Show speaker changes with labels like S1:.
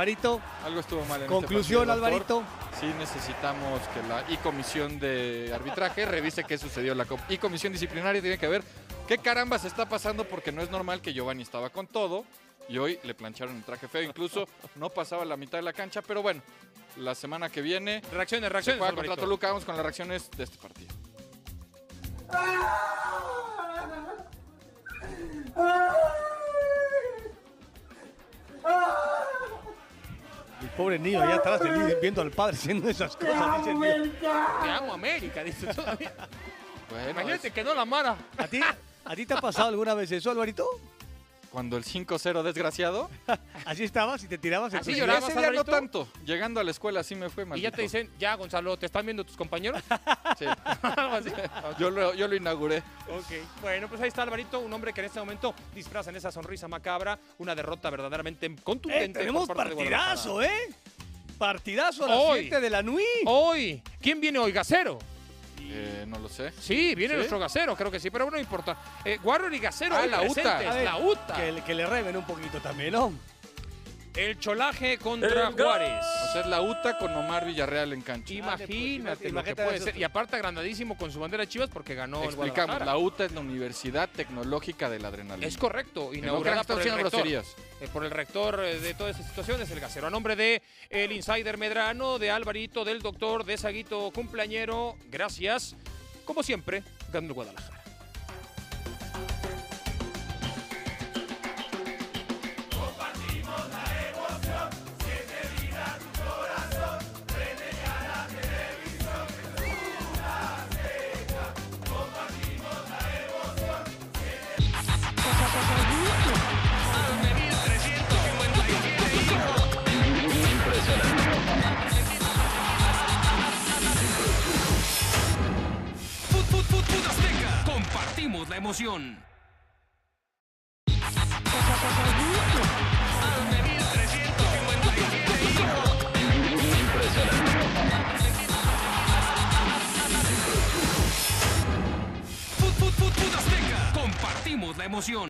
S1: Alvarito,
S2: Algo estuvo mal en
S1: conclusión
S2: este partido,
S1: Alvarito.
S2: doctor. Sí necesitamos que la y comisión de arbitraje revise qué sucedió en la Copa. Y comisión disciplinaria tiene que ver qué caramba se está pasando porque no es normal que Giovanni estaba con todo y hoy le plancharon el traje feo. Incluso no pasaba la mitad de la cancha, pero bueno, la semana que viene
S3: Reacciones,
S2: se
S3: reacciones.
S2: juega contra
S3: Alvarito.
S2: Toluca. Vamos con las reacciones de este partido.
S1: El pobre niño allá atrás feliz viendo al padre haciendo esas cosas. dice el niño.
S3: Te amo América, dice todavía.
S2: Bueno,
S3: Imagínate
S2: es-
S3: que no la mara.
S1: ¿A ti, ¿A ti te ha pasado alguna vez eso, Alvarito?
S2: cuando el 5-0 desgraciado,
S1: Así estabas y te tirabas. el
S3: Así
S1: crucifijo.
S3: llorabas,
S2: ese día no
S1: Eh,
S3: Alvarito?
S2: tanto. Llegando a la escuela sí me fue mal.
S3: Y ya te dicen, ya Gonzalo, ¿te están viendo tus compañeros? Algo así.
S2: Yo lo, yo lo inauguré.
S3: Ok, bueno, pues ahí está Alvarito, un hombre que en este momento disfraza en esa sonrisa macabra una derrota verdaderamente contundente.
S1: Eh,
S3: por
S1: tenemos
S3: parte de
S1: partidazo, ¿eh? Partidazo a las
S3: Hoy.
S1: 7 de la nuit.
S3: Guadalajara. Hoy, ¿quién viene hoy? Gacero.
S2: Eh, no lo sé.
S3: Sí, viene
S2: ¿Sí?
S3: nuestro Gacero, creo que sí, pero bueno, no importa. Eh, Warrior y Gacero,
S2: Ah,
S3: hoy
S2: la UTA.
S3: presentes,
S1: A ver,
S3: La UTA.
S1: Que, le- que le remen un poquito también, ¿no?
S3: El cholaje contra Juárez.
S2: O sea, es la UTA con Omar Villarreal en cancha.
S3: pues, Imagínate lo que
S1: Imagínate
S3: puede
S1: eso.
S3: ser. Y aparte agrandadísimo con su bandera de Chivas porque ganó el
S2: Explicamos,
S3: Guadalajara.
S2: la UTA es la Universidad Tecnológica de la Adrenalina.
S3: Es
S2: Que
S3: correcto,
S2: no crean que
S3: inaugurada
S2: estamos
S3: por el,
S2: haciendo
S3: rector,
S2: groserías.
S3: eh, por el rector eh, de todas estas situaciones, el Gacero. A nombre de el Insider Medrano, de Alvarito, del doctor, de Saguito Cumpleañero, gracias. Como siempre, ganando el Guadalajara.
S4: Fut, fut, fut, fut Azteca. Compartimos la emoción. Fut, fut, fut, fut Azteca. Compartimos la emoción.